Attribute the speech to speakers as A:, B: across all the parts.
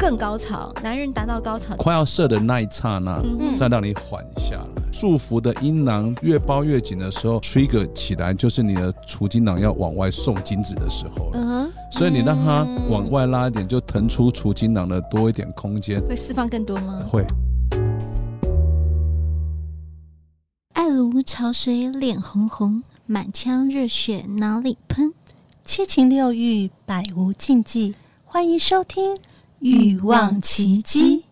A: 更高潮，男人达到高潮。
B: 快要射的那一刹那，
A: 嗯
B: 再让你缓下来。束缚的阴囊越包越紧的时候，trigger 起来就是你的储精囊要往外送精子的时候了。
A: 嗯哼，
B: 所以你让它往外拉一点，就腾出储精囊的多一点空间。
A: 会释放更多吗？
B: 会，
A: 爱如潮水，脸红红，满腔热血哪里喷？
C: 七情六欲，百无禁忌。欢迎收听《
A: 欲望奇迹》。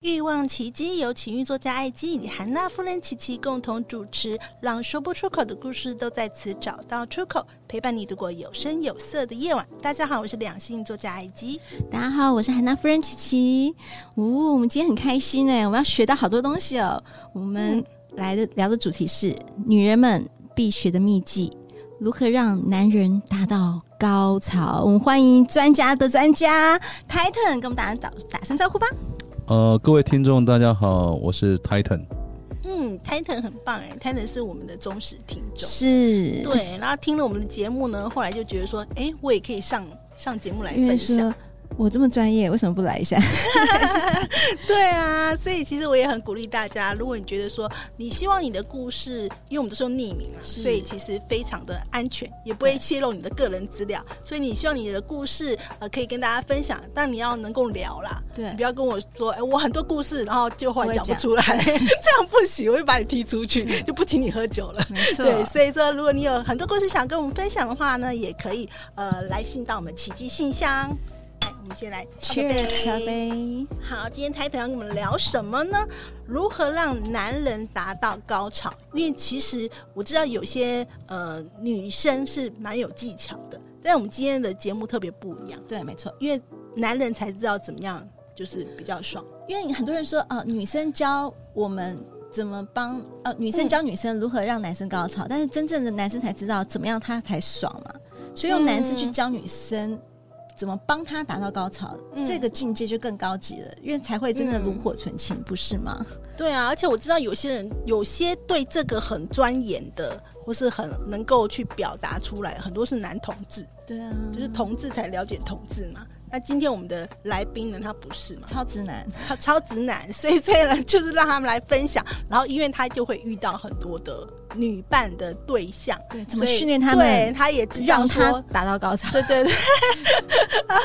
C: 欲望奇迹由情欲作家艾姬以及韩娜夫人琪琪共同主持，让说不出口的故事都在此找到出口，陪伴你度过有声有色的夜晚。大家好，我是两性作家艾姬。
A: 大家好，我是海娜夫人琪琪。哦，我们今天很开心呢，我们要学到好多东西哦。我们来的聊的主题是女人们必学的秘籍，如何让男人达到高潮。我们欢迎专家的专家 Titan 跟我们打打打声招呼吧。
B: 呃，各位听众大家好，我是 Titan。
C: 嗯，Titan 很棒哎，Titan 是我们的忠实听众。
A: 是，
C: 对，然后听了我们的节目呢，后来就觉得说，哎，我也可以上上节目来
A: 因为
C: 分享。
A: 说我这么专业，为什么不来一下？
C: 对啊，所以其实我也很鼓励大家，如果你觉得说你希望你的故事，因为我们都是用匿名啊，
A: 是
C: 所以其实非常的安全，也不会泄露你的个人资料。所以你希望你的故事呃可以跟大家分享，但你要能够聊啦，
A: 对
C: 你不要跟我说，哎、我很多故事，然后就后来
A: 我也
C: 讲不
A: 讲 嗯
C: 出来， 这样不行，我会把你踢出去，就不请你喝酒了。
A: 没错
C: 对，所以说如果你有很多故事想跟我们分享的话呢，也可以呃来信到我们奇迹信箱。来，我们先来敲个杯
A: ，Cheers，咖啡。
C: 好，今天台长要跟我们聊什么呢？如何让男人达到高潮？因为其实我知道有些呃女生是蛮有技巧的，但我们今天的节目特别不一样，
A: 对，没错。
C: 因为男人才知道怎么样就是比较爽。
A: 因为很多人说，呃，女生教我们怎么帮，呃，女生教女生如何让男生高潮，但是真正的男生才知道怎么样他才爽嘛。所以用男生去教女生怎么帮他达到高潮，
C: 嗯
A: 这个境界就更高级了，因为才会真的炉火纯青，不是吗？
C: 对啊，而且我知道有些人有些对这个很钻研的，或是很能够去表达出来，很多是男同志，
A: 对啊，
C: 就是同志才了解同志嘛。那今天我们的来宾呢，他不是嘛？
A: 超直男，
C: 他超直男，所以所以呢， 就是让他们来分享，然后因为他就会遇到很多的女伴的对象，
A: 对，怎么
C: 所以
A: 训练他们
C: 对，，他也知道
A: 让
C: 说，
A: 他达到高潮？
C: 对对对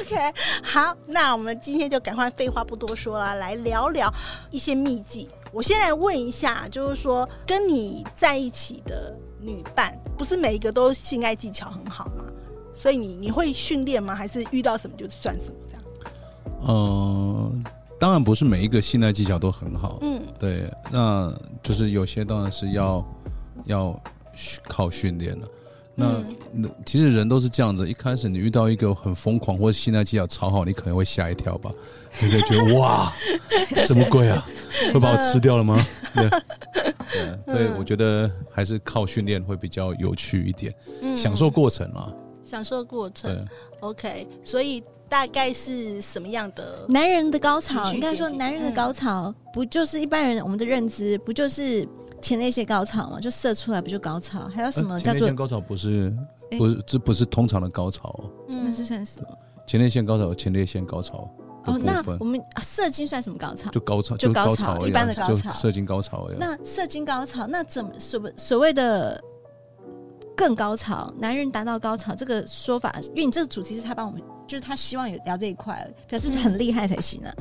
C: ，OK，好， 那我们今天就赶快废话不多说了，来聊聊一些秘籍。我先来问一下，就是说跟你在一起的女伴，不是每一个都性爱技巧很好吗？所以你你会训练吗？还是遇到什么就算什么这样？
B: 呃，当然不是每一个信赖技巧都很好，
C: 嗯
B: 对，那就是有些当然是要要训靠训练了。那、那其实人都是这样子，一开始你遇到一个很疯狂或者信赖技巧超好，你可能会吓一跳吧，你会觉得哇，什么鬼啊，会把我吃掉了吗？对，对，所以我觉得还是靠训练会比较有趣一点，
C: 嗯
B: 享受过程啊，
C: 享受过程。
B: 对。
C: OK，所以大概是什么样的？
A: 男人的高潮，
C: 情绪
A: 应该说
C: 接近
A: 男人的高潮，不就是一般人我们的认知，不就是前列腺高潮嘛？就射出来不就高潮？还有什么
B: 呃
A: 叫
B: 前列
A: 做
B: 腺高潮？不是，
A: 诶
B: 不是，这不是通常的高潮哦。
C: 嗯
A: 那是嗯算什么？
B: 前列腺高潮有前列腺高潮的
A: 哦，
B: 部
A: 那
B: 分，
A: 我们啊射精算什么高潮？
B: 就高潮，
A: 就高
B: 高
A: 潮
B: 而已啊
A: 一般的高
B: 就
A: 潮
B: 射精高潮而已啊。
A: 那射精高潮，那怎么所所谓的更高潮？男人达到高潮这个说法，因为你这个主题是他帮我们，就是他希望有聊这一块，表示很厉害才行啊。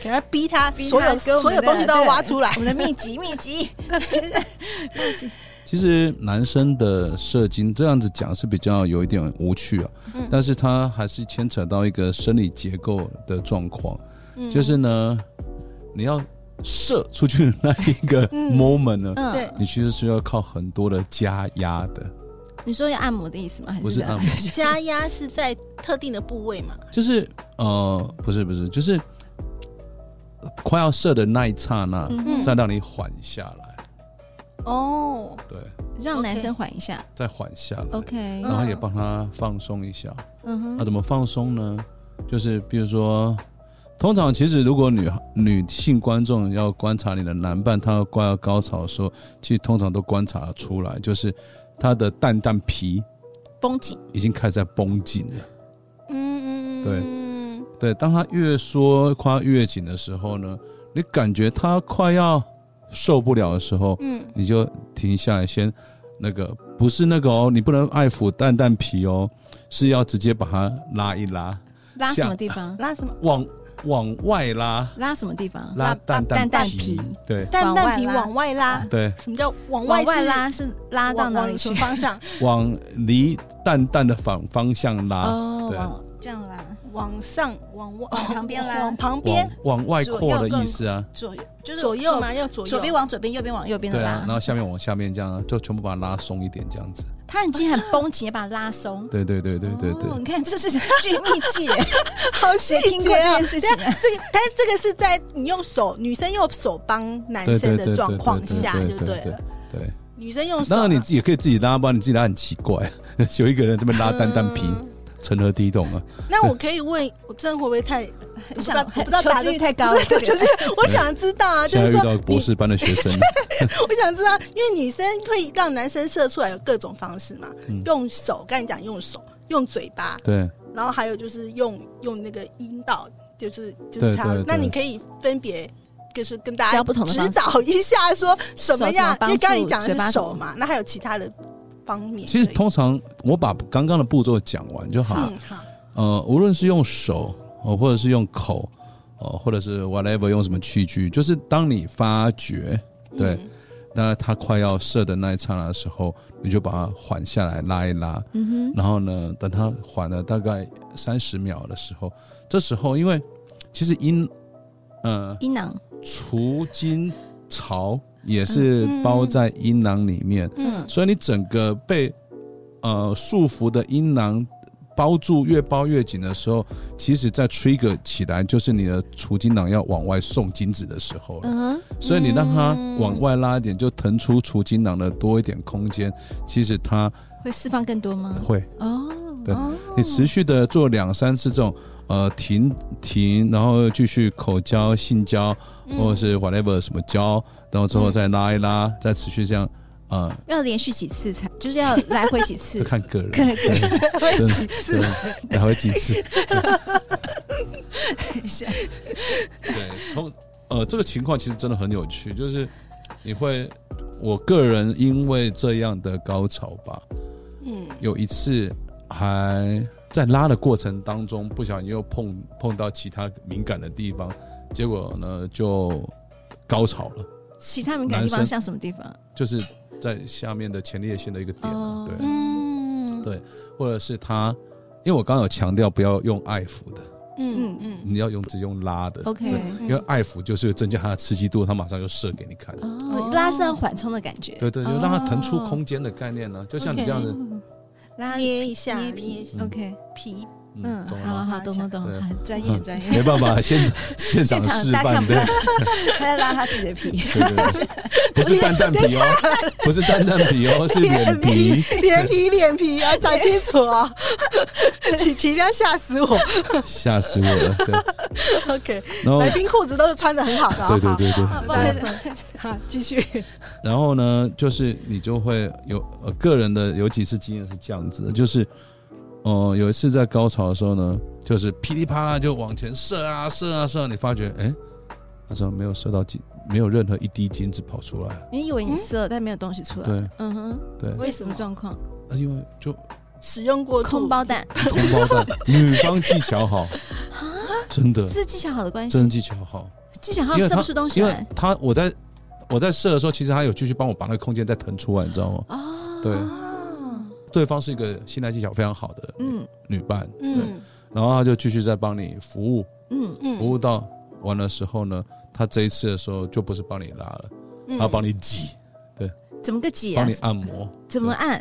C: 给他逼他，
A: 逼他
C: 所有
A: 给我们
C: 所有东西都要挖出来
A: 我。们的秘籍，秘籍，秘籍，
B: 其实男生的射精这样子讲是比较有一点无趣啊，
A: 嗯
B: 但是它还是牵扯到一个生理结构的状况，
A: 嗯
B: 就是呢，你要射出去的那一个 moment 呢，
A: 嗯，
C: 对，
B: 你其实是要靠很多的加压的，
A: 你说要按摩的意思吗？还
B: 不是
A: 是
B: 按摩。
C: 加压是在特定的部位嘛？
B: 就是呃，不是不是，就是快要射的那一刹那，
A: 嗯
B: 再让你缓下来。
C: 哦，
B: 对，
A: 让
C: OK
A: 男生缓一下。
B: 再缓下来
A: OK，
B: 然后也帮他放松一下。
A: 嗯哼
B: 那、，怎么放松呢？就是比如说，通常其实如果女女性观众要观察你的男伴，他快要高潮的时候，其实通常都观察得出来，就是他的蛋蛋皮
A: 绷紧，
B: 已经开始在绷紧了。
C: 嗯嗯嗯，
B: 对
C: 嗯，
B: 对，当他越缩快要越紧的时候呢，你感觉他快要受不了的时候，
C: 嗯，
B: 你就停下来，先那个不是那个哦，你不能爱抚蛋蛋皮哦，是要直接把它拉一拉，
A: 拉什
B: 像
A: 么地方？
C: 拉什么？
B: 往往外拉，
A: 拉什么地方？
B: 拉
C: 拉
B: 蛋
A: 蛋
B: 蛋
A: 蛋皮
B: 对
C: 蛋
A: 往
C: 蛋
A: 外
C: 皮
A: 拉嗯
C: 往外拉，
B: 对，
C: 什么叫往
A: 往
C: 外
A: 外
C: 是
A: 拉是拉到
C: 往
A: 哪
C: 往
A: 里
C: 什
A: 去
C: 么？方向？
B: 往离蛋蛋的反方向拉，
A: 哦，
B: 对
A: 往这样拉，
C: 往上，往外，
A: 往旁边拉
C: 往旁边
B: 往，往外
A: 左
B: 扩
A: 右
B: 的
A: 更
B: 意思啊，
A: 左右就是
C: 左右嘛，要左右，
A: 左边往左边，右边往右边的
B: 对啊，然
A: 拉。
B: 后下面往下面这样啊，就全部把它拉松一点，这样子，
A: 他很经很绷紧，也把它拉松。
B: 对对对对对对
A: 哦，你看这是剧秘技，
C: 好
A: 谁
C: 细
A: 听过
C: 节
A: 这
C: 啊
A: 件！事情啊？
C: 这个，但是这个是在你用手，女生用手帮男
B: 对对对
C: 生的
B: 对
C: 状
B: 对
C: 况下，
B: 对
C: 就
B: 对
C: 对
B: 对
C: 了。
B: 对。
C: 女生用手啊，
B: 当然你也可以自己拉，不然你自己拉很奇怪，啊 有一个人这边拉蛋蛋皮，
C: 嗯
B: 成何体统啊？
C: 那我可以问，我这样会不会太？我不知道，我不知道
A: 求
C: 打
A: 知
C: 这
A: 欲太高了，
C: 对，就是我想知道啊，就
B: 现在
C: 是
B: 遇到
C: 说
B: 博
C: 你，
B: 士班的学 生，
C: 我想知道，因为女生会让男生射出来有各种方式嘛，
B: 嗯
C: 用手，刚才讲用手，用嘴巴，
B: 对，
C: 然后还有就是用用那个阴道，就是就
B: 对
C: 是插
B: 对对
C: 入那你可以分别就是跟大
A: 教
C: 家
A: 不同的
C: 指
A: 方式
C: 导一下，说什么样
A: 手怎么？帮
C: 因为刚才
A: 助
C: 你讲的
A: 嘴巴
C: 是
A: 怎
C: 手
A: 么
C: 嘛，那还有其他的方面可
B: 其
C: 以。
B: 实通常我把刚刚的步骤讲完就好了。
C: 嗯好，
B: 呃，无论是用手哦，或者是用口哦，或者是 whatever 用什么器具，就是当你发觉对
C: 嗯
B: 那它快要射的那一刹那的时候，你就把它缓下来拉一拉，
A: 嗯
B: 然后呢，等它缓了大概三十秒的时候，这时候因为其实阴呃
A: 哼，阴囊，
B: 除精槽也是包在阴囊里面，
A: 嗯，
B: 所以你整个被呃束缚的阴囊包住越包越紧的时候，其实在 trigger 起来就是你的除精囊要往外送精子的时候了。
A: 嗯哼，
B: 所以你让它
C: 嗯
B: 往外拉一点，就腾出除精囊的多一点空间，其实它
A: 会释放更多吗？
B: 会。
A: 哦，
B: 对
A: 哦
B: 你持续的做两三次这种呃停停，然后继续口交、性交，
C: 嗯
B: 或者是 whatever 什么交，然后之后再拉一拉，再持续这样，呃，
A: 要连续几次才，就是要来回几次
B: 就。看个人，
A: 个人
B: 对
C: 会几次
B: 对，来回几 次。
A: 是
B: 对，从呃这个情况其实真的很有趣，就是你会，我个人因为这样的高潮吧，
C: 嗯
B: 有一次还在拉的过程当中，不小心又碰碰到其他敏感的地方，结果呢就高潮了，
A: 其他敏感地
B: 男
A: 方
B: 生
A: 像什么地方？
B: 就是在下面的前列腺的一个点啊，
A: 哦
B: 对，
C: 嗯
B: 对或者是他，因为我刚刚有强调不要用爱抚的，
C: 嗯嗯
B: 你要用只用拉的。
A: OK，
B: 对
C: 嗯
B: 因为爱抚就是增加它的刺激度，它马上就射给你看。
A: 哦，拉上缓冲的感觉，
B: 对对，就让它腾出空间的概念呢，就像你这样子，
A: 哦，拉
C: 捏一下
A: 捏
C: 捏一
A: 皮
C: 下
A: ，OK，
C: 皮，
A: 嗯
B: 嗯，，懂了
A: 好
B: 吗？
A: 好，懂懂懂，
B: 对嗯
A: 好专业专业，
B: 没办法，现 现场
A: 现场
B: 示
A: 大家
B: 范
A: 看不
B: 的
A: 到，他在拉他自己的皮，
B: 对对对，不是蛋蛋皮哦，不是蛋蛋皮 哦，是脸皮，
C: 脸皮脸皮啊，讲清楚 哦，琪琪不要吓死我。
B: 吓死我了。对，
C: OK，
B: 然后
C: 来宾裤子都是穿的很好的，
B: 哦
C: 啊
B: 对对对对，
A: 不好意思，
C: 好，继续。
B: 然后呢，就是你就会有呃个人的有几次经验是这样子的，就是呃有一次在高潮的时候呢，就是噼里啪啦就往前射啊射啊射啊，你发觉哎，他怎么没有射到精，没有任何一滴精子跑出 来？
A: 你以为你射了，但没有东西出来，
B: 嗯对
A: 嗯哼，
B: 对，
A: 为什么状况？
B: 那因为就
C: 使用过度
A: 空包蛋，
B: 同胞 蛋，女方技巧好，真的
A: 这。是技巧好的关
B: 真
A: 系
B: 的，技巧好，
A: 技巧好
B: 因为
A: 像射
B: 他
A: 不出东西
B: 因为
A: 来，
B: 他我在我在射的时候，其实他有继续帮我把那个空间再腾出来，你知道吗？
A: 哦，
B: 对
C: 啊，
B: 对方是一个性爱技巧非常好的女
A: 嗯
B: 女伴，
C: 嗯
B: 然后他就继续在帮你服务，
A: 嗯，
B: 服
C: 嗯
B: 务到完的时候呢，他这一次的时候就不是帮你拉了，
C: 嗯
B: 他帮你挤，
A: 怎么个挤啊
B: 帮你？按摩，
A: 怎么按？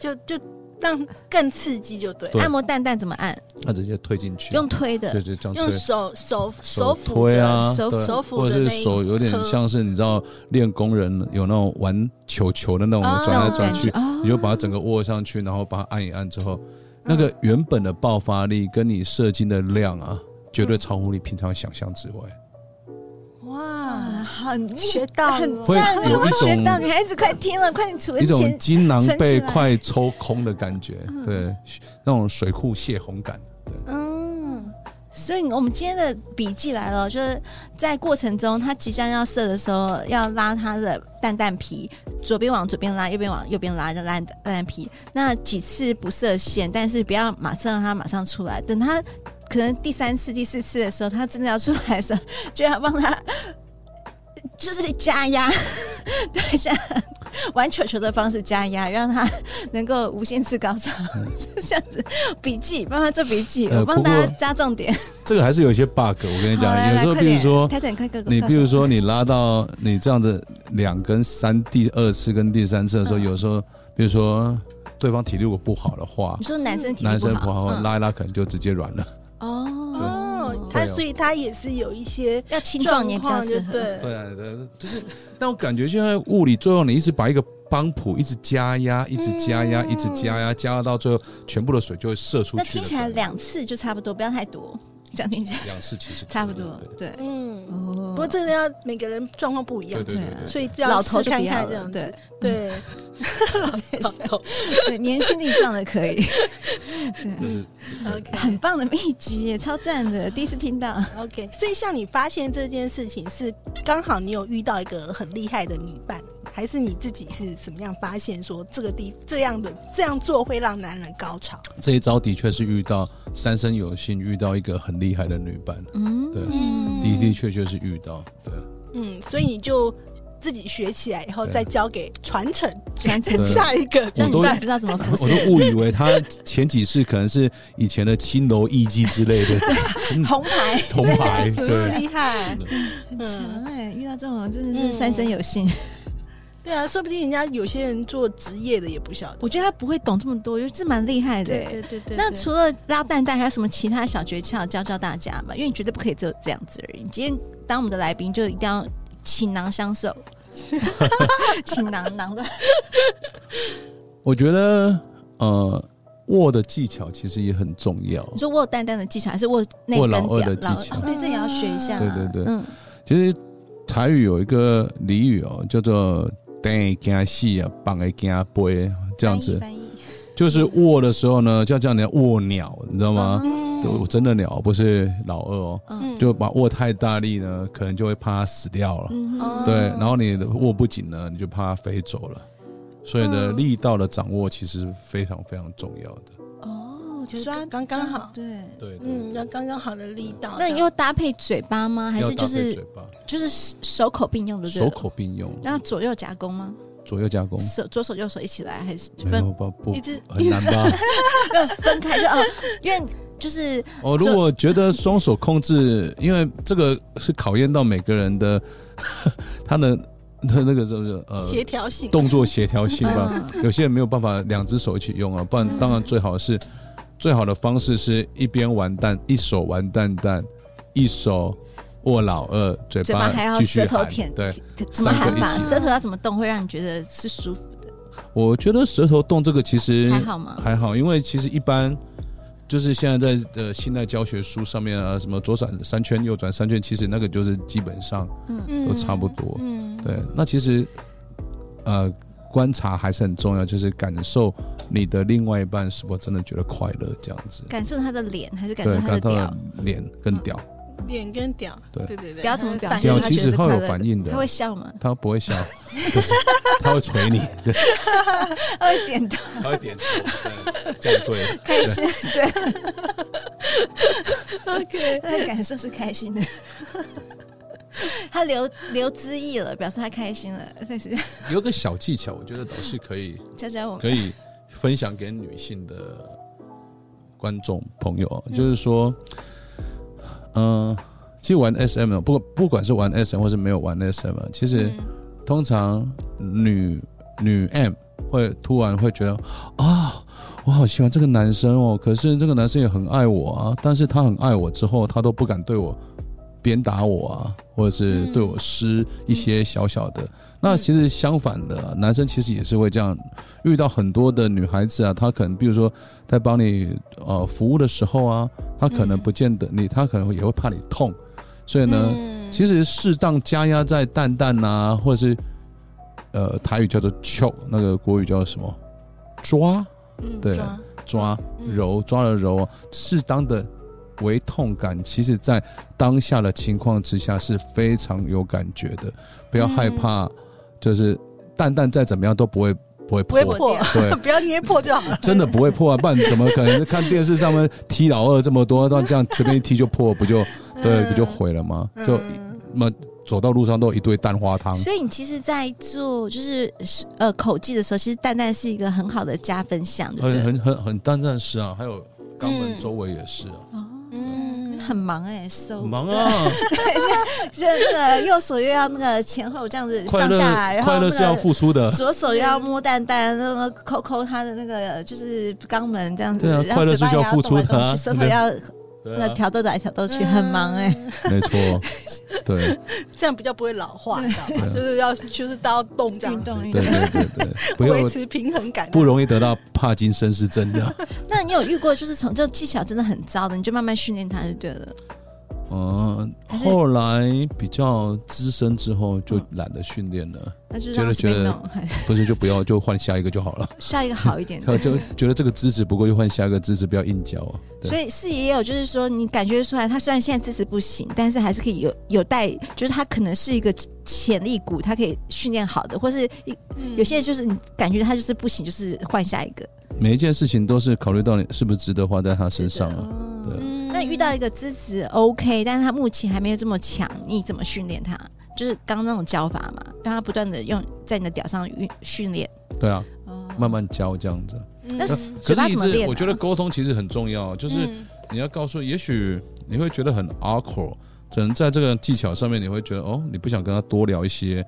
C: 就就让更刺激就对了。
B: 对
A: 按摩蛋蛋怎么按？
B: 那直接推进去，
A: 用推的
B: 对，，就这样
C: 用
B: 推。
C: 手手
B: 手
C: 扶
B: 推
C: 着，
B: 啊，
C: 手
B: 对
C: 手
B: 或
C: 扶着
B: 者
C: 那
B: 是
C: 一
B: 手有点
C: 颗
B: 像是你知道练功人有那种玩球球的那种
C: 啊
B: 转来
A: 那种
B: 转
A: 感
B: 去
A: 觉哦，
B: 你就把它整个握上去，然后把它按一按之后，那
A: 嗯
B: 个原本的爆发力跟你射精的量啊，绝
A: 嗯
B: 对超乎你平常想象之外。
A: 啊，
C: 哇，
A: 很
C: 学到
A: 很
C: 了
B: 会
A: 赞啊，
B: 有一
A: 学到
B: 种
A: 女孩子快听了，快点存
B: 一种
A: 钱。
B: 金囊
A: 存起
B: 被
A: 来嗯
B: 快抽空的感觉，对，那种水库泄洪感。
C: 嗯，
A: 所以我们今天的笔记来了，就是在过程中，他即将要射的时候，要拉他的蛋蛋皮，左边往左边拉，右边往右边拉的烂蛋蛋皮。那几次不射线，但是不要马上让他马上出来，等他可能第三次、第四次的时候，他真的要出来的时候，就要帮他。就是加压， 对，像玩球球的方式加压，让他能够无限次高潮， 是这样子。笔记，帮他做笔记，
B: 呃
A: 我帮大
B: 不
A: 家
B: 过
A: 加重点。
B: 这个还是有一些 bug，我跟你
A: 好
B: 讲，
A: 来
B: 有
A: 来
B: 时候
A: 快
B: 比如
A: 点
B: 说
A: 开展快快快
B: 你
A: 告
B: 比
A: 诉
B: 如
A: 我
B: 说你拉到你这样子两跟三第二次跟第三次的时候，
A: 嗯
B: 有时候比如说对方体力如果不好的话
A: 你，说男生体力
B: 男生不好
A: 嗯
B: 拉一拉可能就直接软了。
A: 哦
C: 哦，，
B: 对
C: 他
B: 哦
C: 所以他也是有一些
A: 要青壮年比较
C: 状况
A: 适
C: 就
A: 合。
C: 对，
B: 对啊，对，就是那种感觉，现在物理作用，你一直把一个帮浦一直加压，一直加压，一直加压，加压到最后，全部的水就会射
A: 嗯
B: 出去
A: 那
B: 了。
A: 听起来两次就差不多，不要太多， 这样听起来
B: 两次其实
A: 差不多。对，
C: 嗯，
A: 哦
C: 不过这个要每个人状况不一样
B: 对，对对
A: 啊
B: 对，
C: 所以这样
A: 老头
C: 试
A: 就
C: 看
A: 不要
C: 看这
A: 了，
C: 样子，
A: 对嗯
C: 对，
A: 对，年轻力壮的可 以，
B: 就是
A: 很 棒的秘籍耶，超赞的，第一次听到。
C: OK，所以像你发现这件事情是刚好你有遇到一个很厉害的女伴，还是你自己是怎么样发现说这个地这样的这样做会让男人高潮？
B: 这一招的确是遇到三生有幸遇到一个很厉害的女伴，
A: 嗯，
B: 对
C: 嗯
B: 的的确确是遇到。对，
C: 嗯，所以你就自己学起来以后
B: 对
C: 再交给传承
A: 传承
B: 对
C: 下一 个。
A: 让你
B: 我都
A: 知道知道怎么服
B: 我
A: 侍。
B: 都误以为他前几世可能是以前的青楼艺妓之类的
A: 红牌
B: 铜牌，
A: 对
C: 这么
B: 对，
C: 厉害，
A: 很强
C: 嗯
A: 哎，遇到这种真的是
C: 嗯
A: 三生有幸。
C: 对啊，说不定人家有些人做职业的也不晓得。
A: 我觉得他不会懂这么多，就是蛮厉害的耶。
C: 对对对，
A: 那
C: 对
A: 除了拉蛋蛋，还有什么其他小诀窍教教大家吧？因为你绝对不可以只有这样子而已。你今天当我们的来宾，就一定要倾囊相 授，倾囊囊的。
B: 我觉得呃，握的技巧其实也很重要。
A: 你说握蛋蛋的技巧，还是握那
B: 握
A: 根
B: 老
A: 屌？
B: 二的技巧
A: 哦对，这也要学一下。
B: 对对对
A: 嗯，
B: 其实台语有一个俚语哦，叫
A: 嗯
B: 做“蛋惊戏啊，绑的惊杯”，这样子
A: 翻译翻译
B: 就是握的时候呢，就要叫你握鸟，你知道吗？
C: 嗯
B: 我真的鸟，不是老二哦。
A: 嗯
B: 就把握太大力呢，可能就会怕它死掉了。
A: 嗯
C: 哦
B: 对，然后你握不紧呢，你就怕它飞走了。所以呢，
C: 嗯
B: 力道的掌握其实非常非常重要的。
A: 哦，
C: 就是
A: 抓
C: 刚刚好
A: 对。
B: 对，
C: 嗯，要刚刚好的力道。
A: 那你要搭配嘴巴吗？还
B: 要
A: 是就
B: 搭配
A: 是
B: 嘴巴，
A: 就是手口并用的？对
B: 手
A: 了，
B: 口嗯并用，
A: 然后左右夹攻吗？
B: 左右加工，
A: 手左手右手一起来，还是
B: 没
A: 分
B: 有不不
C: 一直
B: 很难吧？
A: 分开就 哦，因为就是
B: 哦，如果觉得双手控制，因为这个是考验到每个人的 他的那那个是不是呃
C: 协调性，
B: 动作协调性吧？
A: 嗯
B: 有些人没有办法两只手一起用啊，不
A: 嗯
B: 然当然最好是最好的方式是一边玩蛋，一手玩蛋蛋，一手握老二，嘴
A: 嘴巴
B: 巴
A: 还要
B: 继续
A: 舌头
B: 含
A: 舔
B: 对，
A: 怎么喊
B: 三个一
A: 法？
B: 起
A: 舌头要怎么动会让你觉得是舒服的？
B: 我觉得舌头动这个其实
A: 还好吗？
B: 还好，因为其实一般就是现在在呃现代教学书上面啊，什么左转三圈、右转三圈，其实那个就是基本上
C: 嗯
B: 都差不多。
C: 嗯，
B: 对，那其实呃观察还是很重要，就是感受你的另外一半是否真的觉得快乐这样子。
A: 感受他的脸还是感受
B: 对，
A: 他的
B: 感到
A: 屌
B: 了？脸跟屌，
C: 脸跟屌，
B: 对
C: 对对对，
A: 屌怎么表
C: 反
A: 现？
B: 屌
A: 他
B: 其
A: 觉得
B: 实
A: 是
B: 会
A: 快
B: 有
A: 乐
B: 反应的
A: 他会笑吗？
B: 他不会笑， 就是他会捶你，对，
A: 他会点头
B: 他会点头，对这样对了。
A: 开心，对，
C: OK，
A: 他的感受是开心的。他流流汁液了，表示他开心了。但是
B: 有个小技巧，我觉得导师可以
A: 教教我们，
B: 可以分享给女性的观众朋友啊，就是说，嗯、其实玩 SM 啊不不管是玩 SM 或是没有玩 SM，啊其
A: 嗯
B: 实通常女女 M 会突然会觉得啊、我好喜欢这个男生哦，可是这个男生也很爱我啊，但是他很爱我之后，他都不敢对我鞭打我啊，或者是对我施一些小小的。那其实相反的啊，男生其实也是会这样，遇到很多的女孩子啊，她可能比如说在帮你呃服务的时候啊，她可能
C: 嗯
B: 不见得你，她可能也会怕你痛，所以呢，
A: 嗯
B: 其实适当加压在蛋蛋呐，或者是呃台语叫做 choke，那个国语叫什么抓
C: 嗯，
B: 对
C: 抓
B: 抓
A: 嗯
B: 揉抓了揉啊，适当的微痛感，其实在当下的情况之下是非常有感觉的，不要害怕，就是蛋蛋再怎么样都不会不会
C: 不
B: 破
C: 会。破，
B: 对，
C: 不要捏破就好了。
B: 真的不会破啊！不然怎么可能看电视上面踢老二这么多，那这样随便一踢就破，不就对不就毁了吗？就
C: 嗯
B: 那走到路上都有一堆蛋花汤，
A: 所以你其实，在做就是呃口技的时候，其实蛋蛋是一个很好的加分项，对不
B: 很
A: 对？
B: 很很很淡淡是啊，还有肛门
A: 嗯
B: 周围也是啊，
A: 嗯，很忙哎、手
B: 很忙啊，
A: 真的右手又要那个前后这样子
B: 快
A: 上
B: 乐
A: 下来，然后
B: 快
A: 那
B: 乐是要
A: 个
B: 付出的，
A: 左手又要摸蛋蛋，那么抠抠他的那个就是肛门这样子，
B: 对啊
A: 然
B: 快
A: 后
B: 乐
A: 嘴
B: 是
A: 巴
B: 需
A: 也
B: 要
A: 要
B: 付
A: 动来
B: 出的啊
A: 动去，舌头要
B: 对
A: 那
B: 啊
A: 挑逗来挑逗去，很忙哎、
B: 没错，对
C: 这样比较不会老化，你知道
B: 对
C: 吗？
B: 啊
C: 就是要就是都要动这样
A: 运
C: 子，
A: 动运
B: 对
A: 动。
B: 对对对，不
C: 维
B: 要
C: 持平衡感。啊
B: 不容易得到帕金森是真的，
A: 那你有遇过就是从这技巧真的很糟的，你就慢慢训练他就对了。
B: 嗯，
A: 还是
B: 后来比较资深之后就懒得训练了，
A: 那就让他随便弄，还是
B: 不是就不要就换下一个就好了，
A: 下一个好一 点的。
B: 就 就觉得这个姿势不够就换下一个姿势，不要硬教啊，对
A: 所以是也有，就是说你感觉出来，他虽然现在姿势不行，但是还是可以有有待，就是他可能是一个潜力股，他可以训练好的，或是一
C: 嗯
A: 有些就是你感觉他就是不行，就是换下一个。
B: 每一件事情都是考虑到你是不是值得花在他身上啊。
A: 嗯
B: 对
A: 那遇到一个资质 OK，但是他目前还没有这么强，你怎么训练他？就是刚刚那种教法嘛，让他不断的用在你的屌上运训练。
B: 对啊，
A: 哦
B: 慢慢教这样子。
C: 嗯
A: 那是
B: 可
A: 嘴
B: 是
A: 巴
B: 你
A: 怎么练
B: 是
A: 啊嗯
B: 我觉得沟通其实很重要，就
C: 就是
B: 你要告诉，也许你会觉得很 awkward，只能在这个技巧上面，你会觉得哦，你不想跟他多聊一些，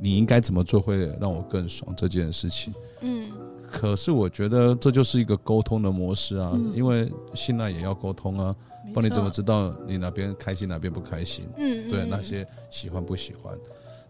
B: 你应该怎么做会让我更爽这件事情。
C: 嗯
B: 可是我觉得这就是一个沟通的模式啊，
A: 嗯
B: 因为信赖也要沟通啊，
C: 没
B: 不然你怎么
C: 错
B: 知道你哪边开心哪边不开心？
C: 嗯
B: 对
C: 嗯
B: 那些喜欢不喜欢，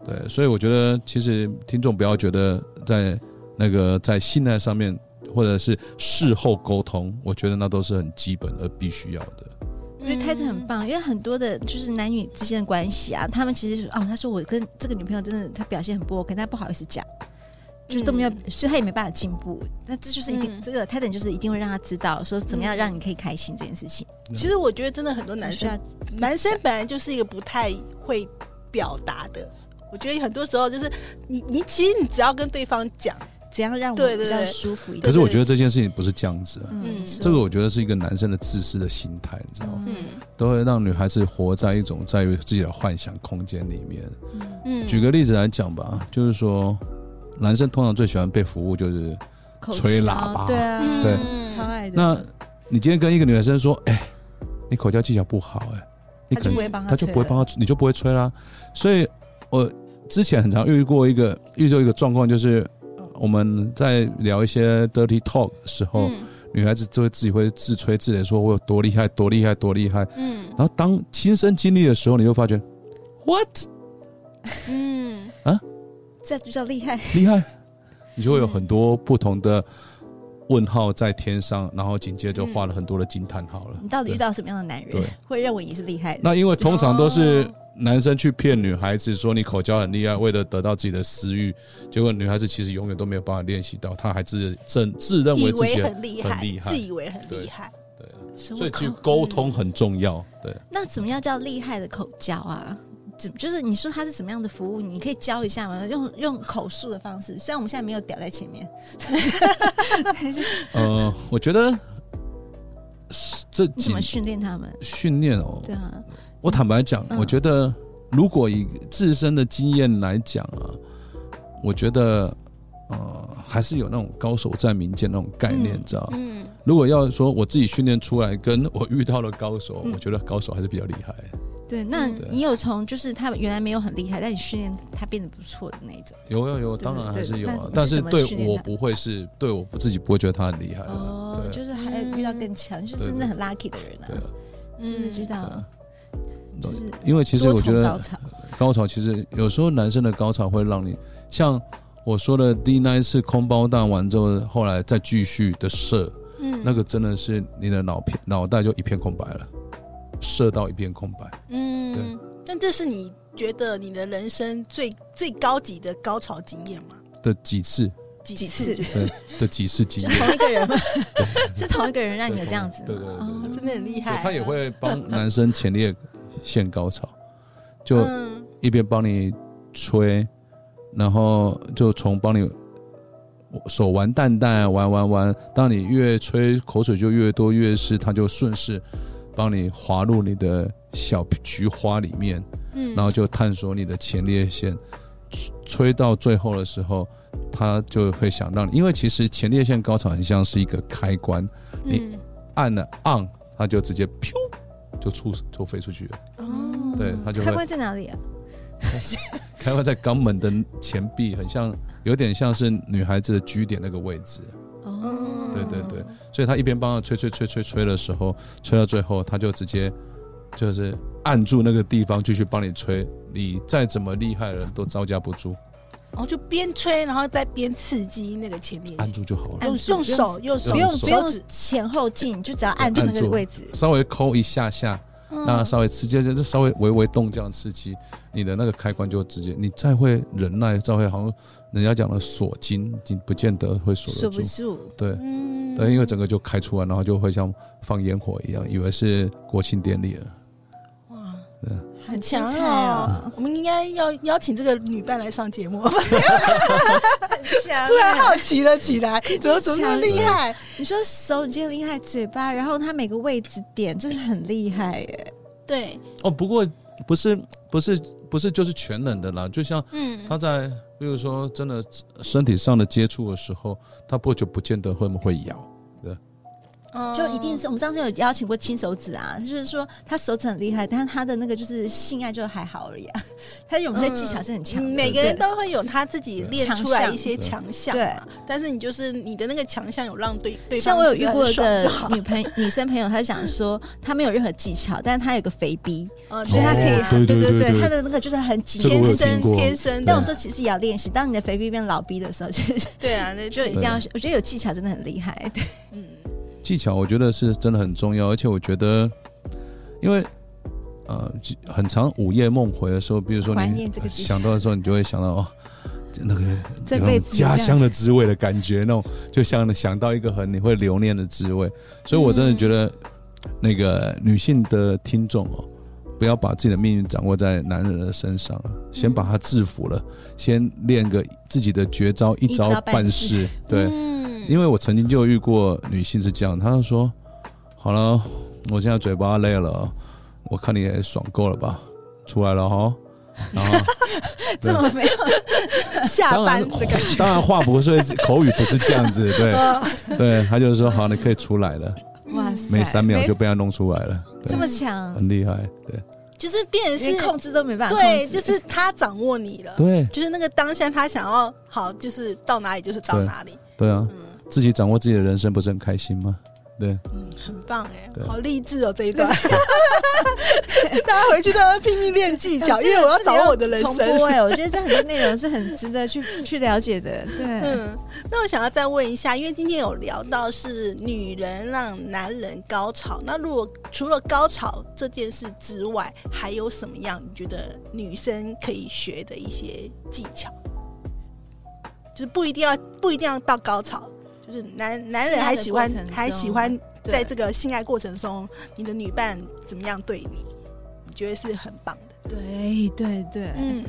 B: 对，所以我觉得其实听众不要觉得在那个在信赖上面，或者是事后沟通，我觉得那都是很基本而必须要的。
C: 嗯
A: 我觉得泰特很棒，因为很多的就是男女之间的关系啊，他们其实哦，他说我跟这个女朋友真的她表现很不 OK，但不好意思讲，就是都没有，所以他也没办法进步。那这就是一定，
C: 嗯
A: 这个泰特就是一定会让他知道说怎么样让你可以开心这件事情。
C: 嗯其实我觉得真的很多男
A: 需
C: 生
A: 要
C: 男生本来就是一个不太会表达的。我觉得很多时候就是你，你其实你只要跟对方讲，
A: 怎样让我
C: 对
A: 比
C: 对
A: 较
C: 对
A: 舒服一
B: 可
A: 点。
B: 是我觉得这件事情不是这样子、啊，
A: 嗯，
C: 嗯
A: 是
B: 这个我觉得是一个男生的自私的心态，你知道吗？
A: 嗯
B: 都会让女孩子活在一种在于自己的幻想空间里面。
C: 嗯
B: 举个例子来讲吧，就是说，男生通常最喜欢被服务，就是
A: 口
B: 吹
A: 交
B: 喇叭
A: 对
C: 嗯
A: 啊，
B: 对
A: 超爱的。
B: 那你今天跟一个女生说，哎、你口交技巧不好、哎，你
A: 他就
B: 可能
A: 不会帮
B: 他就
A: 吹啊
B: 不会
A: 了
B: 帮他吹，你就不会吹啦。所以我之前很常遇过一个遇到一个状况，就是我们在聊一些 dirty talk 的时候，
A: 嗯
C: 嗯
B: 女孩子就会自己会自吹自擂，说我有多厉害，多厉害，多厉害。
C: 嗯
B: 然后当亲身经历的时候，你就发觉 what
C: 嗯
A: 这就叫厉害。
B: 厉害，你就会有很多不同的问号在天上，然后紧接着
A: 嗯
B: 就画了很多的惊叹号了。
A: 你到底遇
B: 对
A: 到什么样的男人
B: 对
A: 会认为你是厉害的？
B: 那因为通常都是
C: 哦
B: 男生去骗女孩子说你口交很厉害，为了得到自己的私欲，结果女孩子其实永远都没有办法练习到，她还自自自认
C: 以
B: 为自己
C: 为
B: 很
C: 很厉
B: 很
C: 害，
B: 厉害
C: 自以为很
B: 对
C: 厉害，
B: 对，
A: 所以
B: 所
A: 我
B: 以其实
A: 靠
B: 沟通很重要。对，
A: 那怎么样叫厉害的口交啊？怎就是你说它是怎么样的服务？你可以教一下吗？用用口述的方式，虽然我们现在没有屌在前面，嗯
B: 呃，我觉得是这
A: 你
B: 几
A: 怎么训练他们？
B: 训练哦，
A: 对啊，
B: 我坦白讲，
A: 嗯
B: 我觉得如果以自身的经验来讲啊，我觉得呃还是有那种高手在民间那种概念，
A: 嗯
B: 知道吗？
C: 嗯
B: 如果要说我自己训练出来，跟我遇到了高手，
A: 嗯
B: 我觉得高手还是比较厉害。
A: 对，那
C: 嗯
A: 你有从就是他原来没有很厉害，但你训练他变得不错的那一种
B: 有有有，
A: 对
B: 当然还
A: 对
B: 是有
A: 那
B: 啊
A: 你，
B: 但
A: 是
B: 是
A: 怎么
B: 对
A: 训练
B: 我
A: 他
B: 不会是对我不自己不会觉得他很厉害的，
A: 哦，
B: 哎对
A: 就是还
C: 嗯
A: 遇到更强，就是真的很 lucky 的人
B: 对
A: 啊
B: 啊，，
A: 真的遇
B: 对
A: 到
C: 嗯
B: 啊
A: 就是
B: 因为其实
A: 多
B: 我觉
A: 重
B: 得
A: 高潮，
B: 高潮其实有时候男生的高潮会让你像我说的第那一次空包弹完之后，后来再继续的射，
C: 嗯
B: 那个真的是你的脑片脑袋就一片空白了，射到一片空白。
C: 嗯，但这是你觉得你的人生最最高级的高潮经验吗？
B: 的几次
C: 几
A: 几
C: 次
A: 次
C: 就
B: 的几次经
A: 是
B: 验，
A: 同一个人吗？是同一个人让你有这样子吗？
B: 对对对对
A: 哦
B: 对
C: 真的很厉害、
B: 对他也，会帮男生前列腺高 潮，就
C: 嗯
B: 一边帮你吹，然后就从帮你手玩蛋蛋，玩玩玩，当你越吹口水就越多越湿，它就顺势帮你滑入你的小菊花里面，
C: 嗯
B: 然后就探索你的前列腺。吹吹到最后的时候，它就会想让你，因为其实前列腺高潮很像是一个开关，你按了 on，它就直接噗就出就飞出去了。
C: 嗯、哦，
B: 对，它就
A: 开
B: 会
A: 关在哪里啊？
B: 开关在肛门的前壁，很像，有点像是女孩子的居点那个位置。
A: 哦，
B: 对对对，所以他一边帮她吹吹吹吹吹的时候，吹到最后，他就直接就是按住那个地方继续帮你吹。你再怎么厉害的人都招架不住，
C: 然哦后就边吹，然后再边刺激那个前列
B: 按
C: 腺，
B: 住就好了。
C: 用
A: 按住
C: 用手用手
A: 不用
C: 手
A: 不用
C: 指
A: 前后进，就只要按住那
B: 按
A: 个
B: 住
A: 位置。
B: 稍微抠一下下，那稍微刺激，就稍微微微动这样刺激，你的那个开关就直接，你再会忍耐，再会好像人家讲的锁筋，你不见得会锁
A: 锁
B: 得
A: 不
B: 住。
A: 住，
B: 对，
C: 嗯
B: 对，因为整个就开出来，然后就会像放烟火一样，以为是国庆典礼了。
C: 哇
A: 很精
C: 强
A: 彩
C: 哦
A: 哦！
C: 我们应该要邀请这个女伴来上节目，突
A: 对
C: 然
A: 啊，
C: 好奇了起来，怎么怎么那么厉害？
A: 你说手已经厉害，嘴巴，然后他每个位置点，真的很厉害耶！
C: 对，
B: 哦，不过不是不是不是就是全能的啦，就像
C: 嗯
B: 他在，比如说真的身体上的接触的时候，他不久不见得会会咬，
A: 就一
C: 哦
A: 定是我们上次有邀请过亲手指啊，就是说他手指很厉害，但他的那个就是性爱就还好而已啊。他有那技巧是很强的，
C: 嗯每个人都会有他自己练出来
A: 强项
C: 一些强项
A: 对
C: 嘛，但是你就是你的那个强项有让对对方
A: 像我有遇过一
C: 觉得
A: 个
C: 很爽就好嗯
A: 女朋女生朋友，她讲说她没有任何技巧，但是她有个肥逼，
C: 嗯
A: 所以她可以，
B: 哦对对
A: 对
B: 对对
A: 她的那个就是很紧
B: 这个我有
A: 天生。
B: 听过
C: 天生
A: 但
C: 的
A: 我说其实也要练习，当你的肥逼变老逼的时候，就是
C: 对啊，那就
A: 就一定要，我觉得有技巧真的很厉害。对，
C: 嗯
B: 技巧我觉得是真的很重要，而且我觉得，因为呃，其很长午夜梦回的时候，比如说
A: 怀
B: 你
A: 念这个技巧
B: 想到的时候，你就会想到哦，那个
A: 这
B: 有那
A: 辈
B: 种
A: 子
B: 家
A: 这样
B: 乡的滋味的感觉，那种就像想到一个很你会留念的滋味。所以我
A: 嗯
B: 真的觉得，那个女性的听众哦。不要把自己的命运掌握在男人的身上啊，先把他制服了，先练个自己的绝招，一
A: 一
B: 招
A: 招半
B: 半
A: 式
B: 式。对，
C: 嗯
B: 因为我曾经就遇过女性是这样，她就说：“好了，我现在嘴巴累了，我看你也爽够了吧，出来了哈。”然后
A: 这么没有
C: 下
B: 当
C: 班
B: 然哦
C: 的感觉，
B: 当然话不是口语不是这样子，
A: 哦
B: 对对，她就说：“好，你可以出来了。
A: 哇塞”，
B: 每三秒
A: 没
B: 就嗯被她弄出来了，
A: 这
B: 对，
A: 么嗯强，
B: 很厉害，对
C: 就是变成
A: 连
C: 是
A: 控制都没办法控
C: 对，
A: 制。
C: 就是他掌握你了，
B: 对
C: 就是那个当下他想要好，就是到哪里就是到
B: 对
C: 哪里，
B: 对啊，
C: 嗯
B: 自己掌握自己的人生不是很开心吗？对，
C: 嗯，很棒哎
B: 对，
C: 好励志哦这 一段，大家回去都要拼命练技 巧，因为我要掌握我的人
A: 重播
C: 生。
A: 哎、我觉得这很多内容是很值得去去了解的。对，
C: 嗯，那我想要再问一下，因为今天有聊到是女人让男人高潮，那如果除了高潮这件事之外，还有什么样你觉得女生可以学的一些技巧？就是不一定要不一定要到高潮，就是男男人还喜欢
A: 性爱的过程中
C: 还喜欢
A: 对
C: 在这个性爱过程中，你的女伴怎么样对你，你觉得是很棒的。
A: 对对对、
C: 嗯，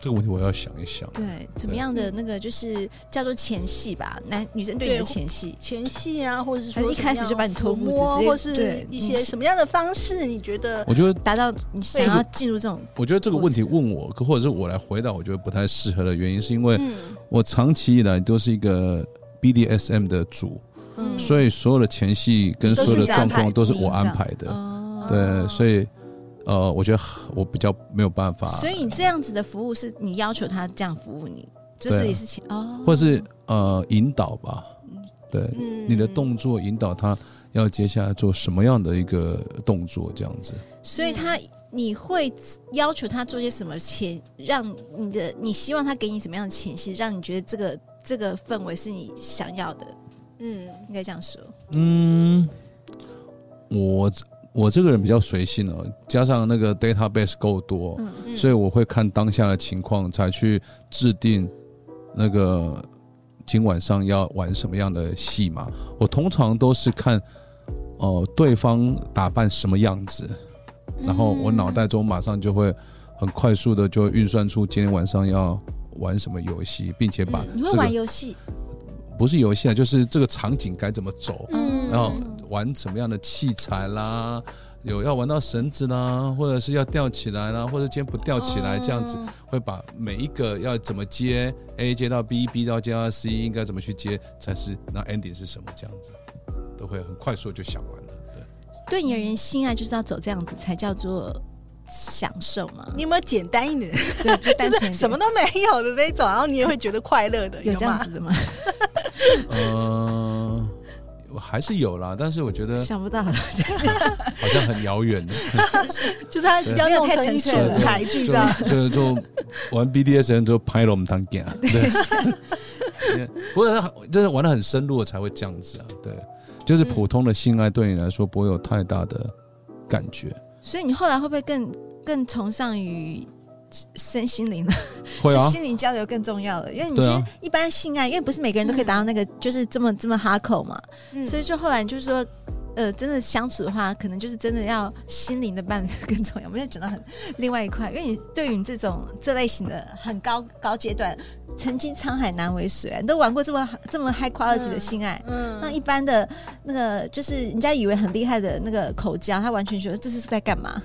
B: 这个问题我要想一想。
A: 对，怎么样的那个就是叫做前戏吧？男女生对你的
C: 对
A: 前戏，
C: 前戏啊，或者是
A: 还
C: 说
A: 是哎一开始就把你脱
C: 脱
A: 裤子
C: 摸，
A: 直接
C: 或
A: 对
C: 是一
A: 嗯
C: 些什么样的方式，你觉得
B: 我觉得
A: 达到你想要进入这种
B: 我觉得这个问题问我，或者是我来回答，我觉得不太适合的原因，是因为
C: 嗯
B: 我长期以来都是一个 BDSM 的主，
A: 嗯
B: 所以所有的前戏跟所有的状况都是我安排的。
A: 哦
B: 对，所以呃，我觉得我比较没有办法，
A: 所以你这样子的服务是你要求他这样服务你，就
B: 对
A: 是
B: 啊
A: 也是请哦，
B: 或是呃引导吧，对，
C: 嗯
B: 你的动作引导他要接下来做什么样的一个动作，这样子。
A: 所以
B: 嗯
A: 他你会要求他做些什么前，让你的你希望他给你什么样的前戏，让你觉得这个这个氛围是你想要的，
C: 嗯
A: 应该这样说。
B: 嗯，我我这个人比较随性哦，加上那个 database 够多，
A: 嗯
C: 嗯
B: 所以我会看当下的情况才去制定那个今晚上要玩什么样的戏嘛。我通常都是看呃对方打扮什么样子，然后
A: 嗯
B: 我脑袋中马上就会很快速的就运算出今天晚上要玩什么游戏，并且把
C: 嗯
A: 你会
B: 这
A: 玩
B: 个
A: 游戏，
B: 不是游戏啊，就是这个场景该怎么走，
A: 嗯
B: 然后玩什么样的器材啦，有要玩到绳子啦，或者是要吊起来啦，或者今天不吊起来，这样子
A: 哦
B: 会把每一个要怎么接，A 接到 B，B 到接到 C，应该怎么去接才是那 ending 是什么这样子，都会很快速就想完了。对，
A: 对你而言，性爱就是要走这样子才叫做享受嘛？
C: 你有没有简单一点，
A: 对，就单
C: 就是
A: 纯
C: 什么都没有的那种，然后你也会觉得快乐的，
A: 有这样
C: 吗
A: 子？的 吗？
B: 嗯、我还是有啦，但是我觉得
A: 想不到，
B: 好像很遥远的，
C: 就是他
B: 对
C: 要用
A: 没有太
C: 成一
A: 纯
C: 出
A: 粹
B: 了
C: 舞台剧
B: 就
C: 这样。
B: 就就玩 BDSM 就拍了我们当 g 对，因为不是，就是玩的很深入的才会这样子啊，对，就是普通的性爱对你来说不会有太大的感觉，
A: 所以你后来会不会更更崇尚于身心灵呢？
B: 会
A: 就
B: 啊，
A: 心灵交流更重要了，因为你
B: 对
A: 其
B: 啊
A: 实一般性爱，因为不是每个人都可以达到那个，就是这么这么哈口嘛，
C: 嗯
A: 所以就后来就是说。呃，真的相处的话，可能就是真的要心灵的伴侣更重要。我们现在讲到很另外一块，因为你对于你这种这类型的很高高阶段，曾经沧海难为水、啊，你都玩过这么这么 high quality 的性爱，
C: 嗯
A: 那一般的那个就是人家以为很厉害的那个口交，他完全觉得这是在干嘛？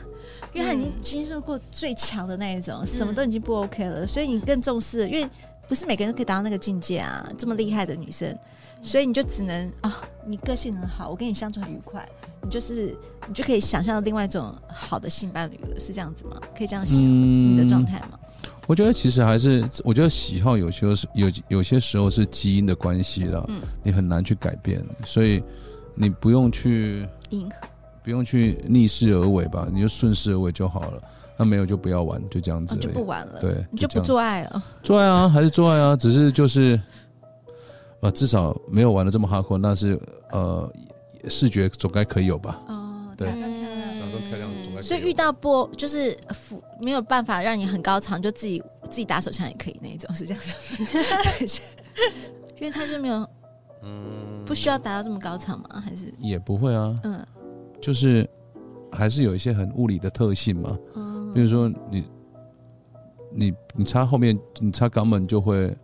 A: 因为他已经
C: 嗯
A: 经受过最强的那一种，什么都已经不 OK 了，所以你更重视，因为不是每个人都可以达到那个境界啊，这么厉害的女生，所以你就只能啊、你个性很好，我跟你相处很愉快，你就是你就可以想象到另外一种好的性伴侣了，是这样子吗？可以这样形容
B: 嗯
A: 你的状态吗？
B: 我觉得其实还是，我觉得喜好有些是有有些时候是基因的关系了，
A: 嗯
B: 你很难去改变，所以你不用去
A: 迎合
B: 不用去逆势而为吧，你就顺势而为就好了。那没有就不要玩，就这样子
A: 哦
B: 而已。
A: 就不玩了，
B: 对
A: 你就
B: 就这
A: 不
B: 样
A: 做爱了。
B: 做爱啊，还是做爱啊，只是就是，啊，至少没有玩的这么哈阔，那是呃，视觉总该可以有吧？
A: 哦，
B: 对
A: 漂亮漂亮
B: 长得漂亮总该可
A: 所以
B: 有
A: 遇到波就是服没有办法让你很高潮，你就自己自己打手枪也可以那一种，是这样子。因为他就没有
B: 嗯，
A: 不需要达到这么高潮吗？还是
B: 也不会啊，
A: 嗯
B: 就是还是有一些很物理的特性嘛，
A: 嗯
B: 比如说你你你插后面，你插肛门就会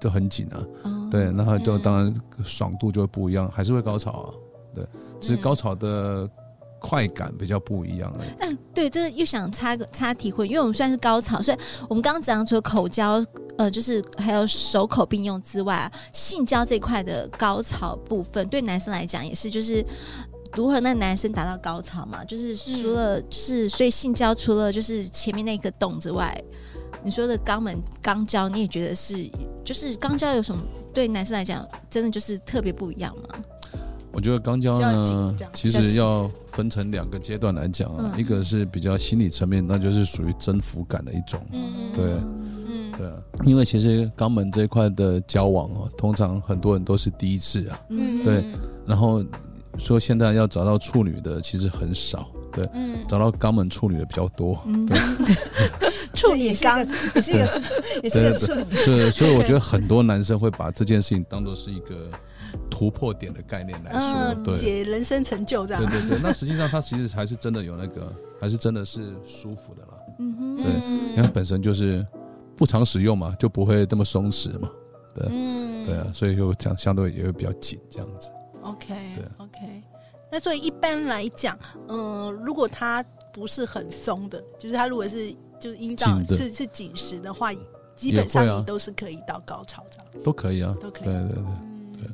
B: 就很紧啊，
A: 哦
B: 对，那它就
C: 嗯
B: 当然爽度就会不一样，还是会高潮啊，对，只是
C: 嗯
B: 高潮的快感比较不一样而已。
A: 嗯，对，这又想插个插题会，因为我们虽然是高潮，所以我们刚刚讲除了口交，呃，就是还有手口并用之外，啊性交这一块的高潮部分，对男生来讲也是就是。如何让男生达到高潮嘛？就是除了、就是，所以性交除了就是前面那个洞之外，你说的肛门肛交，你也觉得是就是肛交有什么对男生来讲真的就是特别不一样吗？
B: 我觉得肛交
C: 比较紧
B: 呢
C: 这样，
B: 其
A: 比较
B: 实
A: 紧
B: 要分成两个阶段来讲啊，
A: 嗯
B: 一个是比较心理层面，那就是属于征服感的一种，
C: 嗯
B: 对
C: 嗯
B: 对、啊，因为其实肛门这一块的交往哦、通常很多人都是第一次啊，
A: 嗯
B: 对然后说现在要找到处女的其实很少，对，
C: 嗯，
B: 找到肛门处女的比较多，
A: 嗯，
C: 处女刚
A: 也是一个也是一个处女，
B: 对，所以我觉得很多男生会把这件事情当做是一个突破点的概念来说，
A: 嗯啊
B: 对，
C: 解人生成就这样
B: 对。对对，那实际上他其实还是真的有那个，还是真的是舒服的啦。
A: 嗯哼
B: 对因为它本身就是不常使用嘛，就不会这么松弛嘛，
C: 嗯
B: 对啊，所以就相相对也会比较紧这样子。
C: OK
B: 对啊
C: OK，那所以一般来讲，嗯、如果它不是很松的，就是它如果是就是阴道
B: 紧的啊
C: 是是紧实的话，基本上你都是可以到高潮这样子，嗯
B: 都可以啊，
C: 都可以
B: 对对对，
C: 嗯
B: 对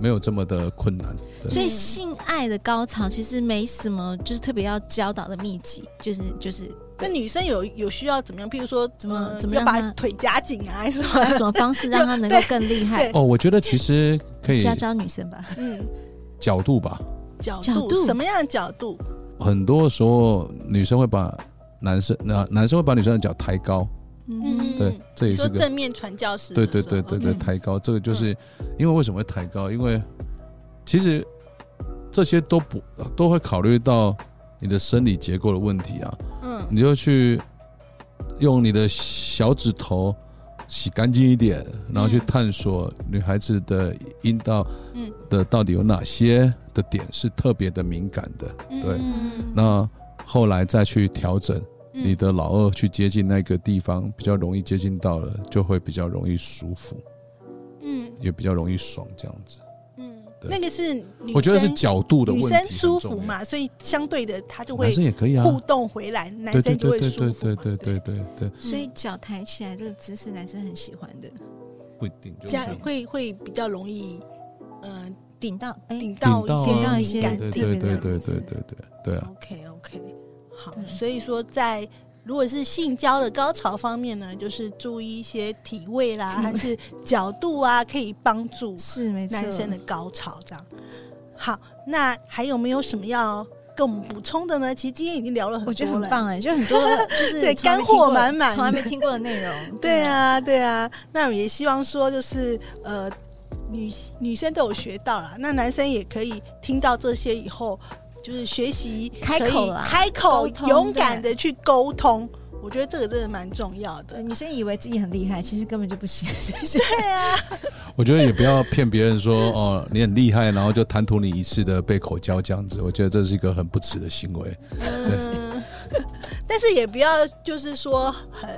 B: 没有这么的困难。对
A: 所以性爱的高潮其实没什么，就是特别要教导的秘籍，就是就是
C: 那女生有有需要怎么样？譬如说怎
A: 么
C: 么
A: 怎么
C: 要
A: 让
C: 把
A: 她
C: 腿夹紧啊，还是什
A: 要
C: 么？
A: 呃什么方 式让他能够更厉害
C: 对。
B: 哦，我觉得其实可以
A: 教教女生吧，
C: 嗯，
B: 角度吧，
C: 角度
A: 角度
C: 什么样的角度？
B: 很多时候女生会把男生那男生会把女生的脚抬高，
A: 嗯，
B: 对
C: 嗯，
B: 这也
C: 你
B: 是
C: 说
B: 个
C: 正面传教士
B: 对
C: 的时
B: 对
C: 候，
B: 对对对
C: OK 嗯
B: 抬高，这个就是因为为什么会抬高？因为其实这些都不都会考虑到你的生理结构的问题啊，
C: 嗯
B: 你就去用你的小指头洗干净一点，然后去
C: 嗯
B: 探索女孩子的阴道
C: 嗯
B: 的到底有哪些的点是特别的敏感的。对
C: 嗯
B: 那后来再去调整
C: 嗯
B: 你的老二去接近那个地方，比较容易接近到了，就会比较容易舒服，
C: 嗯
B: 也比较容易爽这样子。
C: 嗯，
B: 对
C: 那个是女
B: 我觉得是
C: 生
B: 角度的问
C: 女
B: 题，
C: 生舒服，嘛，所以相对的她就会
B: 男生也可以啊。
C: 互动回来，男
B: 对对
C: 生就
B: 对
C: 会
B: 对
C: 舒
B: 对
C: 服嘛。
B: 对对对对对，
A: 所以脚抬起来这个姿势，男生很喜欢的，
B: 不一定就
C: 这样
B: 是
C: 会会比比较容易，嗯，
A: 顶到哎，
C: 顶
B: 顶
C: 到
B: 到
A: 顶到
B: 啊
A: 一
C: 一
A: 些
C: 些
B: 对
C: 敏感
B: 对
A: 地
B: 对
A: 方这
B: 对
C: 点。
B: 对对对对对啊！
C: OK OK，好
A: 对，
C: 所以说在如果是性交的高潮方面呢，就是注意一些体位啦，还是角度啊，可以帮助
A: 是没错，
C: 男生的高潮这样。好，那还有没有什么要跟我们补充的呢？其实今天已经聊了
A: 我
C: 很
A: 觉得
C: 多
A: 很
C: 了。
A: 棒哎，就很 多就是
C: 对
A: 从来没
C: 干货
A: 听过
C: 满满
A: 从来没听过的内 容。
C: 对，啊，对啊，那我也希望说，就是呃，女女生都有学到了，那男生也可以听到这些以后，就是学习
A: 开
C: 可以
A: 口啦
C: 开口
A: 沟通
C: 勇敢的去沟通。我觉得这个真的蛮重要
A: 对
C: 的。
A: 呃女生以为自己很厉害，其实根本就不 行。
C: 对啊，
B: 我觉得也不要骗别人说哦你很厉害，然后就贪图你一次的被口交这样子，我觉得这是一个很不耻的行为。
C: 嗯，但是也不要就是说很。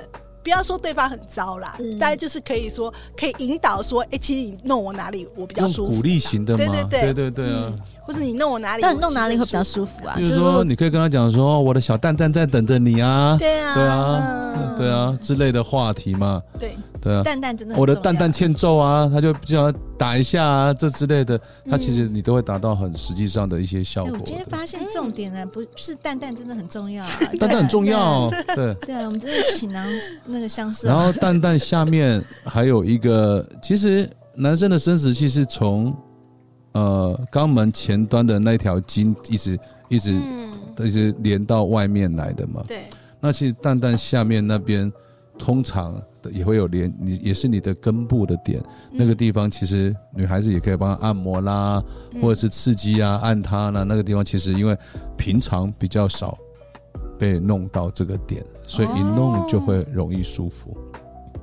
C: 不要说对方很糟啦，
A: 嗯
C: 大家就是可以说，可以引导说，哎、其实你弄我哪里我比较
B: 用
C: 舒服，
B: 鼓励型的
C: 对
B: 嘛，
C: 对对
B: 对对啊！
C: 或者你弄我哪里，
A: 到
C: 我
A: 底弄
C: 其
A: 哪
C: 实
A: 里会比较
C: 舒
A: 舒服啊
B: 比？如
A: 就是
B: 说，你可以跟他讲说，我的小蛋蛋在等着你啊
C: 服，对啊，
B: 对啊
C: 嗯
B: 对啊之类的话题嘛，
C: 对，
B: 对啊。
A: 蛋蛋真的很
B: 我的
A: 重要
B: 蛋蛋欠揍啊，他就想要打一下啊，这之类的，他其实你都会达到很实际上的一些效
A: 哎
B: 果
A: 我今天
B: 的。
A: 发现重点呢，不就是蛋蛋真的很重要啊，
B: 蛋蛋很重要哦，对。
A: 对啊。对啊，我们真的请 囊那个相似
C: 啊
B: 然后蛋蛋下面还有一个，其实男生的生殖器是从呃肛门前端的那条筋一直一直
C: 嗯，
B: 一直连到外面来的嘛。
C: 对，
B: 那其实蛋蛋下面那边通常的也会有连，你也是你的根部的点，那个地方其实女孩子也可以帮她按摩啦，
C: 嗯
B: 或者是刺激啊、按它啦。那个地方其实因为平常比较少被弄到这个点，所以一弄就会容易舒服。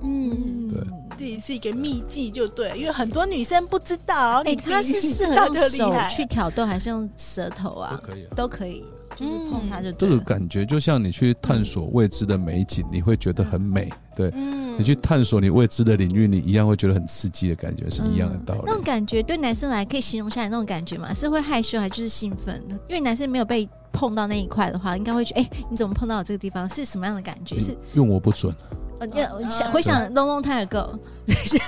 C: 嗯，
B: 对
C: 这也是一个秘技，就对了，因为很多女生不知道，然后
A: 哎，
C: 你
A: 他是适合
C: 到
A: 用
C: 就厉
A: 手
C: 害，
A: 去挑逗，还是用舌头
C: 哦
A: 啊？
B: 可以、啊。
A: 都可以，就是
C: 嗯
A: 碰它就
B: 这
A: 对
B: 个
A: 了。
B: 感觉就像你去探索未知的美景，你会觉得很美；对
C: 嗯
B: 你去探索你未知的领域，你一样会觉得很刺激的感觉，是一样的道理。
A: 嗯那种感觉对男生来可以形容下来那种感觉吗？是会害羞还就是兴奋？因为男生没有被碰到那一块的话，应该会觉得，哎、你怎么碰到我这个地方？是什么样的感觉？是，
B: 嗯用我不准，
A: 呃因为我
C: 啊
A: 想回想 long long time ago，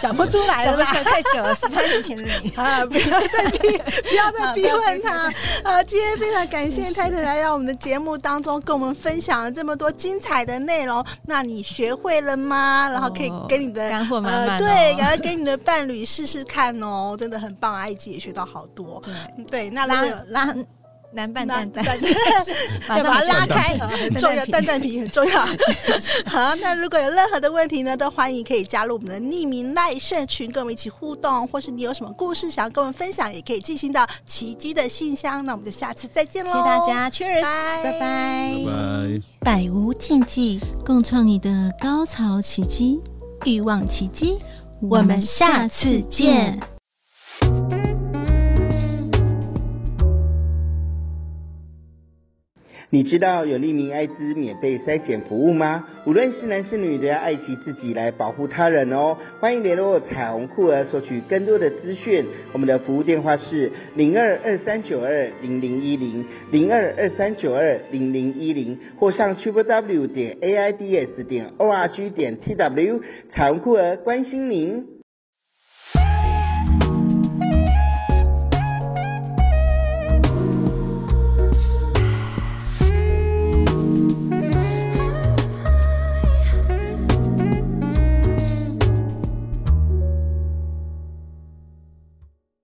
C: 想不出来
A: 想
C: 了
A: 不
C: 吧
A: 起？来太久了，十八年前的你。
C: 啊！不要再逼，不 要再逼问他啊！今天非常感谢
A: 真是
C: 太太来到我们的节目当中，跟我们分享了这么多精彩的内容。那你学会了吗？然后可以跟你的、呃
A: 哦干货满满哦
C: 对，赶快跟你的伴侣试试看哦，真的很棒！埃及也学到好多。嗯
A: 对，
C: 对，那如
A: 拉
C: 果有
A: 拉男扮蛋蛋， 马
C: 要
A: 上
C: 把它
A: 就
C: 拉
A: 有
C: 开，
A: 蛋
C: 很 重要，
A: 皮
C: 蛋蛋皮很重要。 好，那如果有任何的问题呢，都欢迎可以加入我们的匿名赖社群，跟我们一起互动，或是你有什么故事想要跟我们分享，也可以进行到奇迹的信箱。那我们就下次再见
A: 谢
C: 喽，
A: 谢大，家，Cheers，
C: 拜
A: 拜拜，
B: 拜拜。
C: 百无禁忌，
A: 共创你的高潮奇迹，
C: 欲望奇迹，
A: 我们下次见。
D: 你知道有利民艾滋免费筛检服务吗？无论是男是女，都要爱惜自己来保护他人哦。欢迎联络彩虹酷儿索取更多的资讯。我们的服务电话是零二二三九二零零一零零二二三九二零零一零，或上 triple w 点 a i d s 点 o r g 点 t w。彩虹酷儿关心您。